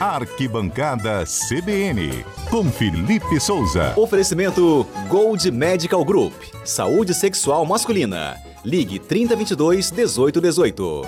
Arquibancada CBN, com Felipe Souza. Oferecimento Gold Medical Group. Saúde sexual masculina. Ligue 3022 1818.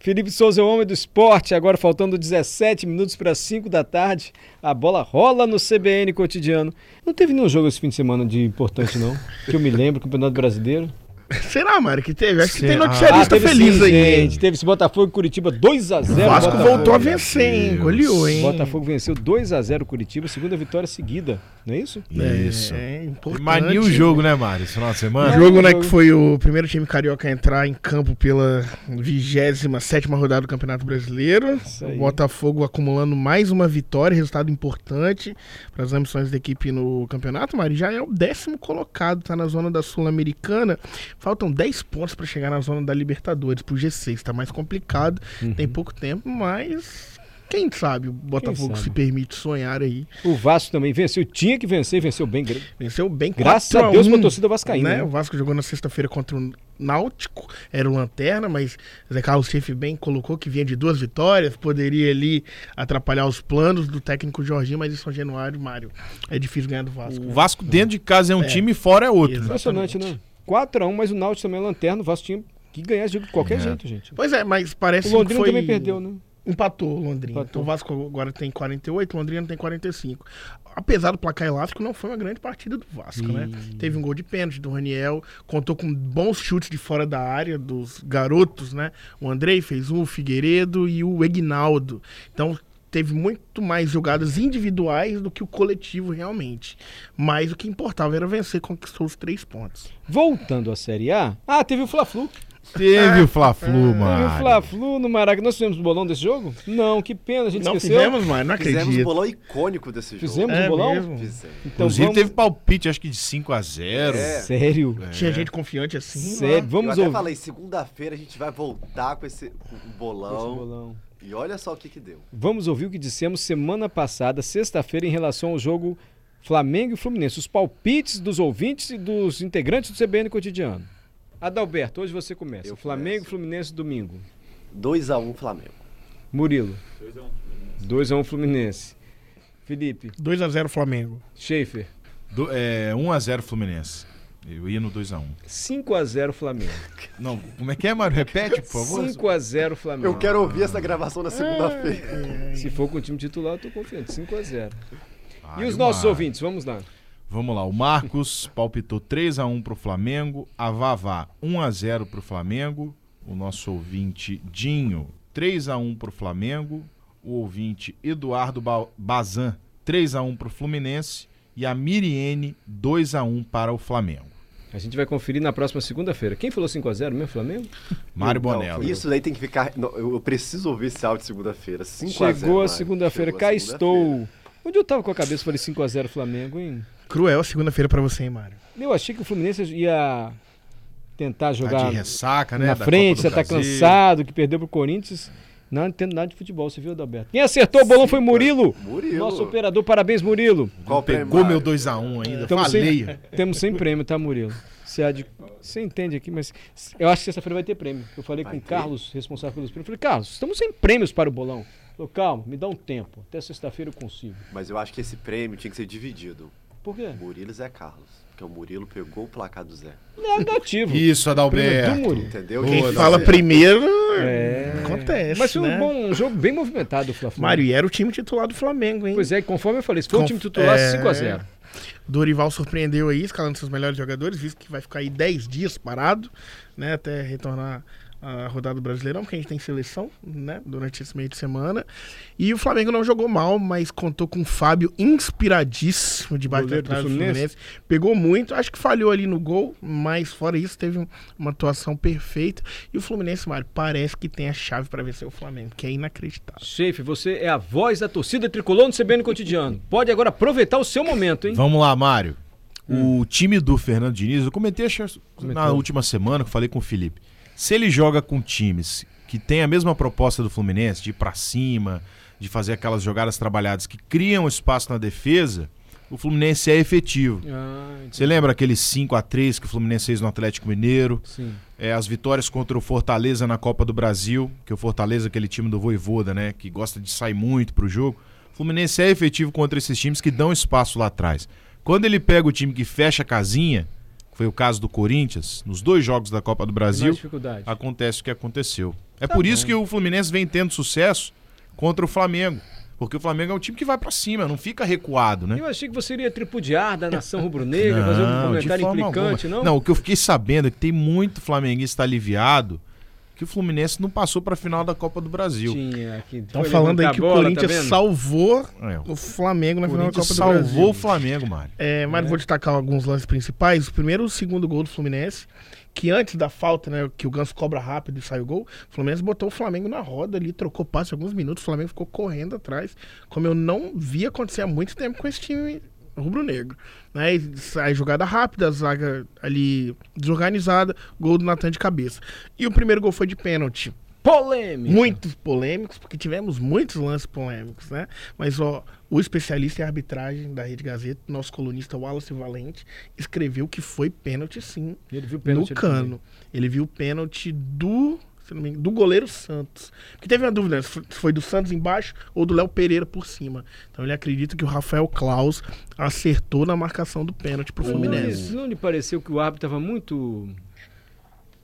Felipe Souza é o homem do esporte, agora faltando 17 minutos para 5 da tarde. A bola rola no CBN cotidiano. Não teve nenhum jogo esse fim de semana de importante, não. que eu me lembro, Campeonato Brasileiro. Ah, Será, Mário, que teve? Acho que tem noticiarista Tá feliz sim, aí. Gente, teve esse Botafogo e Curitiba 2x0. O Vasco Botafogo. voltou a vencer, hein? Goleou, hein? Botafogo venceu 2x0 Curitiba, segunda vitória seguida, não é isso? Isso. É, é importante. Mania o jogo, né, Mário? Esse final de O semana. jogo, né, que foi o primeiro time carioca a entrar em campo pela 27ª rodada do Campeonato Brasileiro. Isso aí. O Botafogo acumulando mais uma vitória, resultado importante para as ambições da equipe no campeonato, Mari. Já é o décimo colocado, tá na zona da Sul-Americana. Faltam 10 pontos para chegar na zona da Libertadores, pro G6. Tá mais complicado, Uhum. tem pouco tempo, mas... Quem sabe o Botafogo sabe? se permite sonhar aí. O Vasco também venceu, tinha que vencer, venceu bem. gra- Venceu bem Graças 4 a Deus um, pra torcida vascaína, né? O Vasco jogou na sexta-feira contra o Náutico, era o Lanterna, mas Zé Carlos Schiff bem colocou que vinha de duas vitórias, poderia ali atrapalhar os planos do técnico Jorginho, mas em São Januário, Mário, é difícil ganhar do Vasco. O Vasco dentro de casa é um time e fora é outro. Exato. Impressionante, né? 4x1, mas o Náutico também é lanterna, o Vasco tinha que ganhar esse jogo de qualquer jeito, gente. Pois é, mas O parece que Londrina foi... também perdeu, né? Empatou o Londrina. Empatou. Então, o Vasco agora tem 48, o Londrina tem 45. Apesar do placar elástico, não foi uma grande partida do Vasco, né? Teve um gol de pênalti do Raniel, contou com bons chutes de fora da área dos garotos, né? O Andrei fez um, o Figueiredo e o Egnaldo. Então, teve muito mais jogadas individuais do que o coletivo realmente. Mas o que importava era vencer, conquistou os três pontos. Voltando à Série A, ah, teve o Fla-Flu. Teve o Fla-Flu, Teve É, o mano. Fla-Flu no Maracanã. Nós fizemos o bolão desse jogo? Não, que pena, a gente Não esqueceu. fizemos, mas não Fizemos um acredito. bolão icônico desse jogo. Fizemos É o bolão? mesmo? Fizemos. Então Inclusive vamos... teve palpite, acho que de 5 a 0 É. Sério? Tinha gente confiante assim. Sério? Eu Vamos até ouvir. falei, segunda-feira a gente vai voltar com esse com o esse bolão, bolão. E olha só o que que deu. Vamos ouvir o que dissemos semana passada, sexta-feira, em relação ao jogo Flamengo e Fluminense. Os palpites dos ouvintes e dos integrantes do CBN Cotidiano. Adalberto, hoje você começa. Eu Flamengo e começo. Fluminense domingo. 2x1 Flamengo. Murilo. 2x1 Fluminense. Felipe. 2x0 Flamengo. Schaefer. Do- é, 1 a 0 Fluminense. Eu ia no 2 a 1. 5x0 Flamengo. Não, como é que é, Mário? Repete, por favor. 5x0 Flamengo. Eu quero ouvir essa gravação É. na segunda-feira. Se for com o time titular, eu tô confiante. 5x0. Ah, E os eu nossos mar- ouvintes, vamos lá. Vamos lá, o Marcos palpitou 3 a 1 pro Flamengo, a Vavá 1 a 0 pro Flamengo, o nosso ouvinte Dinho 3 a 1 pro Flamengo, o ouvinte Eduardo Ba- Bazan 3 a 1 pro Fluminense e a Miriene 2 a 1 para o Flamengo. A gente vai conferir na próxima segunda-feira. Quem falou 5x0 mesmo, Flamengo? Mário Não, Bonello. Então, Isso daí tem que ficar. não, eu eu preciso ouvir esse áudio de segunda-feira. 5 a 0, Chegou a Mário. segunda-feira, Chegou a cá segunda-feira. estou. Onde eu tava com a cabeça, falei 5x0 Flamengo, hein? Cruel segunda-feira pra você, hein, Mário? Eu achei que o Fluminense ia tentar Tá jogar de ressaca, né? na da frente, já Copa do tá Brasil. cansado, que perdeu pro Corinthians. Não entendo nada de futebol, você viu, Adalberto? Quem acertou o bolão foi Murilo. Murilo. Nosso operador, parabéns, Murilo. Qual Pegou meu prêmio? 2 a 1 ainda, Tamo falei. sem, temos sem prêmio, tá, Murilo? Você, há de- você entende aqui, mas eu acho que sexta-feira vai ter prêmio. Eu falei Vai com o ter? Carlos, responsável pelos prêmios. Falei, Carlos, estamos sem prêmios para o bolão. Falei, calma, me dá um tempo. Até sexta-feira eu consigo. Mas eu acho que esse prêmio tinha que ser dividido. Por quê? Murilo e Zé Carlos. Porque o Murilo pegou o placar do Zé. é Negativo. Isso, Prêmio do Adalberto. Murilo. Entendeu? Boa, Quem Adalberto. fala primeiro É. acontece, Mas foi um, né? bom, um jogo bem movimentado, Fla Mário, e era o time titular do Flamengo, hein? Pois é, conforme eu falei, se for o Conf- time titular, é. 5x0. Dorival surpreendeu aí, escalando seus melhores jogadores, visto que vai ficar aí 10 dias parado, né? Até retornar a rodada do Brasileirão, porque a gente tem seleção, né? Durante esse meio de semana. E o Flamengo não jogou mal, mas contou com o Fábio inspiradíssimo debaixo da Goleiro do trave do Fluminense. Fluminense. Pegou muito, acho que falhou ali no gol, mas fora isso, teve um- uma atuação perfeita. E o Fluminense, Mário, parece que tem a chave para vencer o Flamengo, que é inacreditável. Chefe, você é a voz da torcida tricolor no CBN Cotidiano. Pode agora aproveitar o seu momento, hein? Vamos lá, Mário. O time do Fernando Diniz, eu comentei acho, na Comentou. última semana que eu falei com o Felipe. Se ele joga com times que têm a mesma proposta do Fluminense, de ir pra cima, de fazer aquelas jogadas trabalhadas que criam espaço na defesa, o Fluminense é efetivo. Ah, entendi. Você lembra aquele 5 a 3 que o Fluminense fez no Atlético Mineiro? Sim. É, as vitórias contra o Fortaleza na Copa do Brasil, que o Fortaleza é aquele time do Voivoda, né? Que gosta de sair muito pro jogo. O Fluminense é efetivo contra esses times que dão espaço lá atrás. Quando ele pega o time que fecha a casinha, que foi o caso do Corinthians, nos dois jogos da Copa do Mais Brasil, dificuldade. acontece o que aconteceu. É Tá por isso bom. que o Fluminense vem tendo sucesso contra o Flamengo. Porque o Flamengo é um time que vai pra cima, não fica recuado, né? Eu achei que você iria tripudiar da nação rubro-negra, fazer um Não, de comentário forma implicante, alguma. não? o que eu fiquei sabendo é que tem muito flamenguista aliviado que o Fluminense não passou pra final da Copa do Brasil. Tinha aqui. Estão Foi falando aí levantar que a bola, o Corinthians tá vendo? salvou É, o o Flamengo na final da Corinthians Copa do salvou Brasil. o Flamengo, Mário. É, mas vou destacar alguns lances principais. O primeiro e o segundo gol do Fluminense, que antes da falta, né, que o Ganso cobra rápido e sai o gol, o Fluminense botou o Flamengo na roda ali, trocou passe alguns minutos, o Flamengo ficou correndo atrás, como eu não vi acontecer há muito tempo com esse time rubro-negro. Né? E Sai jogada rápida, a zaga ali desorganizada, gol do Natan de cabeça. E o primeiro gol foi de pênalti. Polêmica. Muitos polêmicos, porque tivemos muitos lances polêmicos, né? Mas, ó, o especialista em arbitragem da Rede Gazeta, nosso colunista Wallace Valente, escreveu que foi pênalti, sim, Ele viu o pênalti. no ele cano. Ele viu o pênalti do, se não me engano, do goleiro Santos. Porque teve uma dúvida né, se foi do Santos embaixo ou do Léo Pereira por cima. Então ele acredita que o Rafael Klaus acertou na marcação do pênalti pro também. Fluminense. Não, não lhe pareceu que o árbitro estava muito.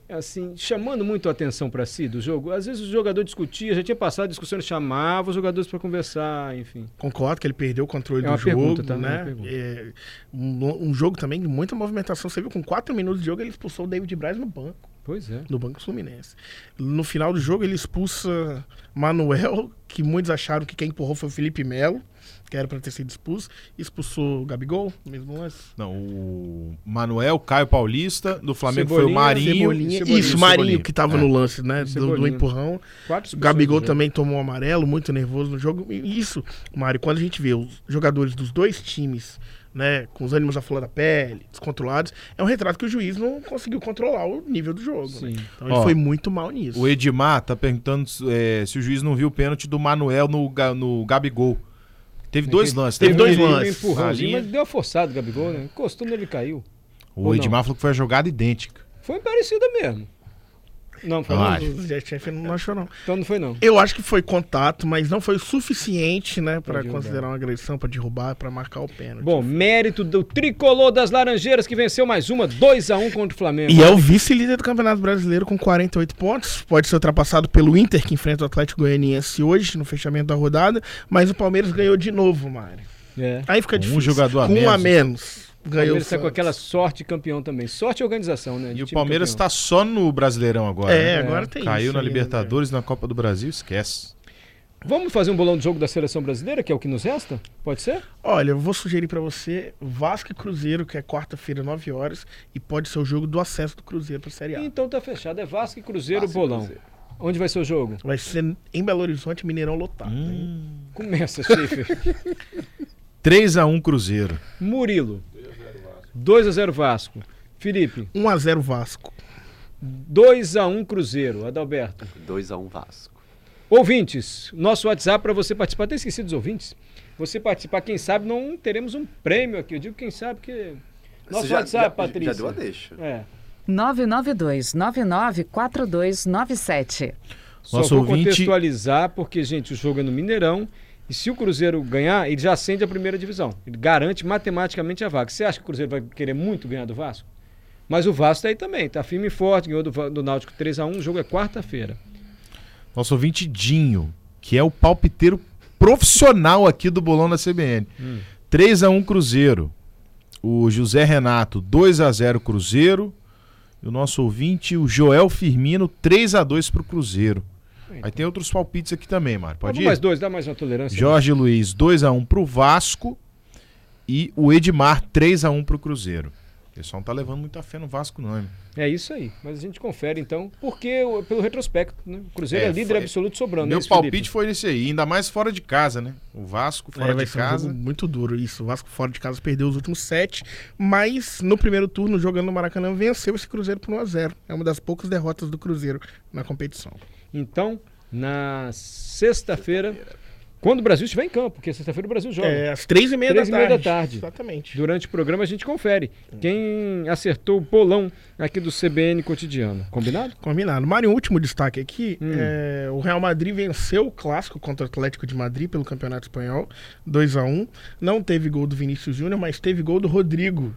Assim, chamando muito a atenção para si do jogo. Às vezes o jogador discutia, já tinha passado a discussão, ele chamava os jogadores para conversar, enfim. Concordo que ele perdeu o controle É do uma jogo, pergunta, tá? É uma né? pergunta. É, um, um jogo também de muita movimentação. Você viu, com quatro minutos de jogo, ele expulsou o David Braz no banco, Pois é. no banco Fluminense. No final do jogo, ele expulsa Manuel, que muitos acharam que quem empurrou foi o Felipe Melo, que era pra ter sido expulso. Expulsou o Gabigol, mesmo lance. Não, o Manuel Caio Paulista, do Flamengo foi o Cebolinha, Marinho. Cebolinha. Cebolinha, Isso, Cebolinha. Marinho, que tava É. no lance, né? Do, do Cebolinha. empurrão. Quatro O expulsões Gabigol no jogo. também tomou um amarelo, muito nervoso no jogo. E isso, Mário, quando a gente vê os jogadores dos dois times, né, com os ânimos à flor da pele, descontrolados, é um retrato que o juiz não conseguiu controlar o nível do jogo. né? Sim. Então ele Ó, foi muito mal nisso. O Edmar tá perguntando é, se o juiz não viu o pênalti do Manuel no, Ga- no Gabigol. Teve dois lances. teve um dois dele- Ele lances. Na Empurrãozinho, linha. mas deu uma forçada o Gabigol, né? Encostou nele e caiu. O Edmar falou que foi a jogada idêntica. Foi parecida mesmo. Não, foi Eu não. acho. O Zé Chefe não achou, não. Então não foi não. Eu acho que foi contato, mas não foi o suficiente, né, Pra para derrubar. considerar uma agressão, para derrubar, para marcar o pênalti. Bom, mérito do tricolor das Laranjeiras que venceu mais uma 2 a 1 contra o Flamengo. E é o vice-líder do Campeonato Brasileiro com 48 pontos. Pode ser ultrapassado pelo Inter, que enfrenta o Atlético Goianiense hoje, no fechamento da rodada. Mas o Palmeiras ganhou de novo, Mário. É. Aí fica Um difícil. jogador a Com Um menos. a menos. O Ganhou Palmeiras tá com Santos. aquela sorte campeão também. Sorte e organização, né? de E o time Palmeiras campeão. tá só no Brasileirão agora. É, né? agora tem Caiu isso na ainda, Libertadores, na Copa do Brasil, esquece. Vamos fazer um bolão de jogo da seleção brasileira, que é o que nos resta? Pode ser? Olha, eu vou sugerir pra você Vasco e Cruzeiro, que é quarta-feira, 9 horas. E pode ser o jogo do acesso do Cruzeiro pra Série A. Então tá fechado. É Vasco e Cruzeiro, Vasco e bolão. Cruzeiro. Onde vai ser o jogo? Vai ser em Belo Horizonte, Mineirão lotado. hein? Hum. Começa, Schaefer. 3x1 Cruzeiro. Murilo. 2 a 0 Vasco. Felipe, 1 a 0 Vasco. 2 a 1 Cruzeiro. Adalberto. 2x1 Vasco. Ouvintes, nosso WhatsApp para você participar. Até esqueci dos ouvintes. Você participar, quem sabe não teremos um prêmio aqui. Eu digo quem sabe que. Nosso Você já- WhatsApp, já- Patrícia. Já deu a deixa. É. 992994297. Nosso Só vou ouvinte- contextualizar, porque, gente, o jogo é no Mineirão. E se o Cruzeiro ganhar, ele já acende a primeira divisão. Ele garante matematicamente a vaga. Você acha que o Cruzeiro vai querer muito ganhar do Vasco? Mas o Vasco tá aí também, tá firme e forte, ganhou do, Va- do Náutico 3 a 1 o jogo é quarta-feira. Nosso ouvinte Dinho, que é o palpiteiro profissional aqui do bolão da CBN. Hum. 3x1 Cruzeiro. O José Renato, 2x0 Cruzeiro. E o nosso ouvinte, o Joel Firmino, 3x2 pro Cruzeiro. Aí tem outros palpites aqui também, Mário. Pode Vamos ir? mais dois, então. dá mais uma tolerância. Jorge Luiz, 2x1 pro Vasco. E o Edmar, 3x1 pro Cruzeiro. O pessoal não tá levando muita fé no Vasco, não, hein? É isso aí, mas a gente confere então, porque o- pelo retrospecto, né? O Cruzeiro é, É, líder foi- absoluto sobrando. né, Meu isso, palpite Felipe? foi nesse aí, ainda mais fora de casa, né? O Vasco fora É, vai de ser um casa. jogo muito duro isso. O Vasco fora de casa perdeu os últimos sete, mas no primeiro turno, jogando no Maracanã, venceu esse Cruzeiro por 1x0. É uma das poucas derrotas do Cruzeiro na competição. Então, na sexta-feira, Quando o Brasil estiver em campo, porque sexta-feira o Brasil joga. É, às três e meia, Três da, e meia tarde. da tarde. Exatamente. Durante o programa a gente confere. Quem acertou o bolão aqui do CBN Cotidiano. Combinado? Combinado. Mário, um último destaque aqui. Hum. é, o Real Madrid venceu o clássico contra o Atlético de Madrid pelo Campeonato Espanhol, 2 a 1 Não teve gol do Vinícius Júnior, mas teve gol do Rodrigo.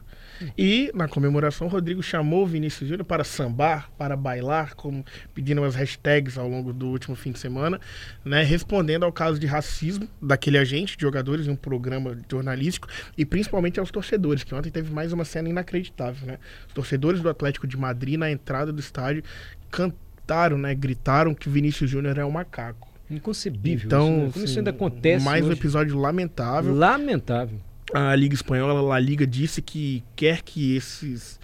E, na comemoração, o Rodrigo chamou o Vinícius Júnior para sambar, para bailar, como pedindo umas hashtags ao longo do último fim de semana, né, respondendo ao caso de racismo daquele agente de jogadores em um programa jornalístico e principalmente aos torcedores, que ontem teve mais uma cena inacreditável, né? Os torcedores do Atlético de Madrid, na entrada do estádio, cantaram, né, gritaram que Vinícius Júnior é um macaco. Inconcebível. Então, isso, né? Como isso assim, ainda acontece. mais um hoje? episódio lamentável. Lamentável. a Liga Espanhola, a La Liga, disse que quer que esses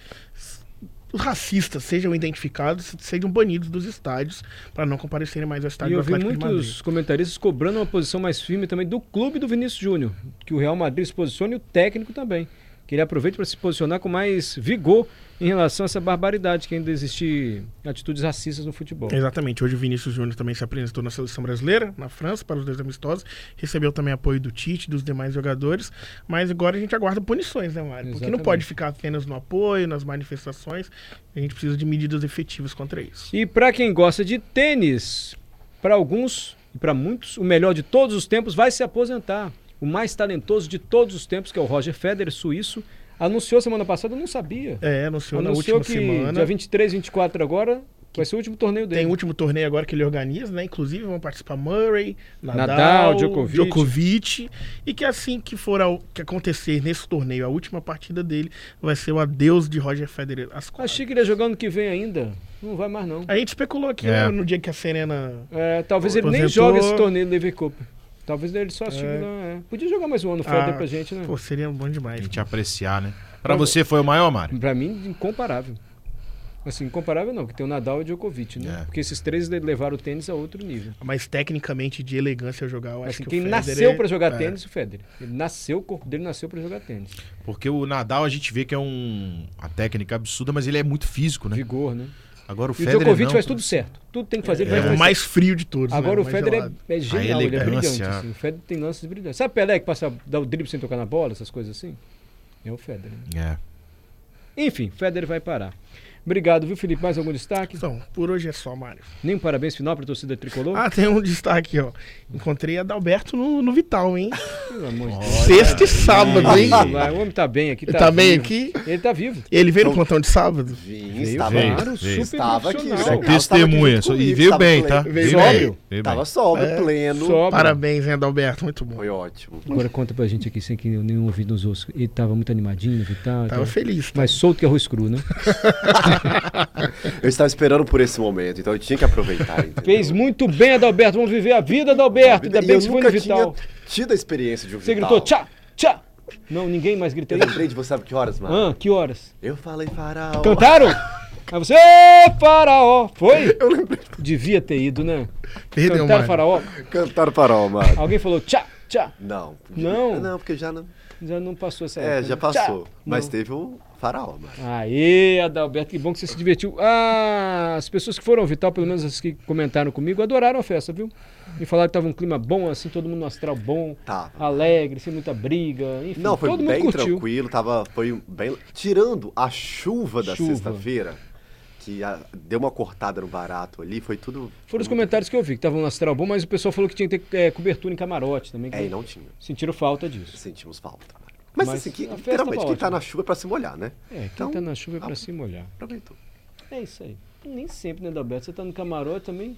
os racistas sejam identificados, sejam banidos dos estádios para não comparecerem mais E ao estádio do eu vi Tá Atlético de Madrid. muitos comentaristas cobrando uma posição mais firme também do clube do Vinícius Júnior, que o Real Madrid se posicione e o técnico também. Que ele aproveite para se posicionar com mais vigor em relação a essa barbaridade que ainda existe atitudes racistas no futebol. Exatamente. Hoje o Vinícius Júnior também se apresentou na seleção brasileira, na França, para os dois amistosos. Recebeu também apoio do Tite, dos demais jogadores. Mas agora a gente aguarda punições, né, Mário? Porque não Exatamente. pode ficar apenas no apoio, nas manifestações. A gente precisa de medidas efetivas contra isso. E para quem gosta de tênis, para alguns e para muitos, o melhor de todos os tempos vai se aposentar. O mais talentoso de todos os tempos, que é o Roger Federer, suíço, anunciou semana passada, eu não sabia. É, anunciou na anunciou última que semana. dia 23, 24 agora, vai ser o último torneio dele. Tem o último torneio agora que ele organiza, né? Inclusive vão participar Murray, Nadal, Nadal, Djokovic. Djokovic. E que assim que for ao, que acontecer nesse torneio, a última partida dele vai ser o adeus de Roger Federer. às quadras. Achei que ele ia jogar ano que vem ainda. Não vai mais, não. A gente especulou aqui É. né, no dia que a Serena. É, talvez ele nem Aposentou. jogue esse torneio do Lever Cup. Talvez ele só assista. é. Podia jogar mais um ano Federer Ah, pra gente, né? Pô, seria bom A demais. gente apreciar, né? Pra você foi o maior, Mário? Pra mim, incomparável. Assim, incomparável não, porque tem o Nadal e o Djokovic, né? É. Porque esses três le- levaram o tênis a outro nível. Mas tecnicamente de elegância jogar, eu acho Assim, que quem o Federer nasceu pra jogar é. Né? tênis, o Federer. Ele nasceu, o corpo dele nasceu pra jogar tênis. Porque o Nadal a gente vê que é um a técnica absurda, mas ele é muito físico, né? Vigor, né? Agora E o o Federer Djokovic não. faz tudo certo. Tudo tem que fazer, ele É vai fazer o mais frio de todos. Agora né, o mais Federer gelado. é, é genial, ele é elegância. brilhante. assim. O Federer tem lances brilhantes. Sabe Pelé que passa, dá o drible sem tocar na bola, essas coisas assim? É o Federer. né? É. Enfim, Federer vai parar. Obrigado, viu, Felipe? Mais algum destaque? Então, por hoje é só, Mário. Nem um parabéns final para a torcida tricolor? Ah, tem um destaque, ó. Encontrei a Dalberto no, no Vital, hein? Pelo amor de Deus. Sexta e sábado, hein? Ah, vai, o homem tá bem aqui. Ele tá bem vivo. aqui. Ele tá vivo. Ele veio no plantão de sábado? Vim, Veio, estava, veio, claro, veio. super estava aqui. Profissional. o Sou Legal, testemunha, estava só- aqui e junto veio comigo, bem, estava tá? pleno. Veio Sóbrio? bem. Veio Tava bem. sóbrio, É, pleno. sóbrio. Parabéns, hein, Adalberto? Muito bom. Foi ótimo. Agora conta pra gente aqui, sem que nenhum ouvido nos ouça. Ele tava muito animadinho, Vital. Tava feliz. Mais solto que arroz cru, né? Eu estava esperando por esse momento, então eu tinha que aproveitar. entendeu? Fez muito bem, Adalberto. Vamos viver a vida, Adalberto. Ainda E bem eu que foi no nunca Vital. tinha tido a experiência de um Você Vital. gritou tchá, tchá. Não, ninguém mais assim. gritou Eu isso. lembrei de você, sabe que horas, mano? Ah, que horas? Eu falei farol. Cantaram? Aí você, "Ê, faraó, foi? Eu lembrei. Devia ter ido, né? Perdeu, Cantaram Mário. faraó. Cantaram farol, mano. Alguém falou tchá, tchá. Não. Não? Não, porque já não... Já não passou essa É, época, já né? passou. Tchá. Mas Não. teve o farol, mano. Aê, Adalberto, que bom que você se divertiu. Ah, as pessoas que foram ao Vital, pelo menos as que comentaram comigo, adoraram a festa, viu? E falaram que tava um clima bom, assim, todo mundo no astral bom, Tava. alegre, sem muita briga, enfim, Tá. Não, foi todo mundo bem curtiu. tranquilo, tava, foi um bem... Tirando a chuva da Chuva. sexta-feira, que ah, deu uma cortada no barato ali, foi tudo... Foram os comentários que eu vi, que estavam no astral bom, mas o pessoal falou que tinha que ter eh, cobertura em camarote também, que É, e não tinha. sentiram falta disso. Sentimos falta. Mas, Mas assim, que, a festa literalmente, tá quem tá ótima. na chuva é pra se molhar, né? É, quem Então, tá na chuva é ah, pra se molhar. Aproveitou. É isso aí. Nem sempre, né, Adalberto? Você tá no camarote também,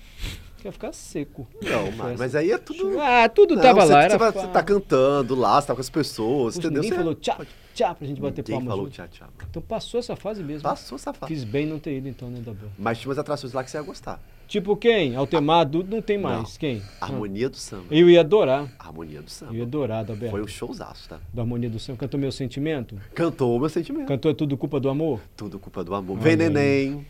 quer ficar seco. Não, mano, mas aí é tudo... Ah, tudo Não, tava você, lá, você, era vai- você fácil. tá cantando lá, você tá com as pessoas, Puxa, entendeu? Ninguém Você- falou tchá, tchá pra gente bater Ninguém palma. falou junto. tchau, tchau. Então passou essa fase mesmo. Passou safado. Fiz bem não ter ido então, né, Dabel? Mas tinha umas atrações lá que você ia gostar. Tipo quem? Altemar, Dudu, não tem mais. Não. Quem? Harmonia do samba. Eu ia adorar. Harmonia do samba. Ah. Eu ia adorar, Dabel. Foi um showzaço, tá? Da Harmonia do Céu. Cantou Meu Sentimento? Cantou o meu sentimento. Cantou É Tudo Culpa do Amor? Tudo culpa do amor. Vem, neném.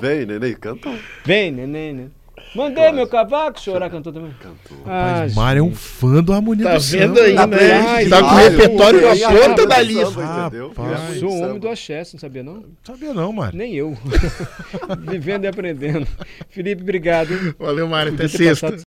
Vem, neném. Cantou. Vem, neném, né? Mandei meu cavaco chorar, cantou também. Cantou. Ah, Mas Mário é um fã do harmonia Tá do vendo Samba. aí, Tá né? bem, Tá com o claro. repertório Tem na a ponta harmonia da do lista. samba, entendeu? Rapaz. Tem a harmonia Sou o do homem do samba. axé, você não sabia não? Sabia não, Mário. Nem eu. Vivendo e aprendendo. Felipe, obrigado. hein? Valeu, Mário. Até Podia ter sexta. passado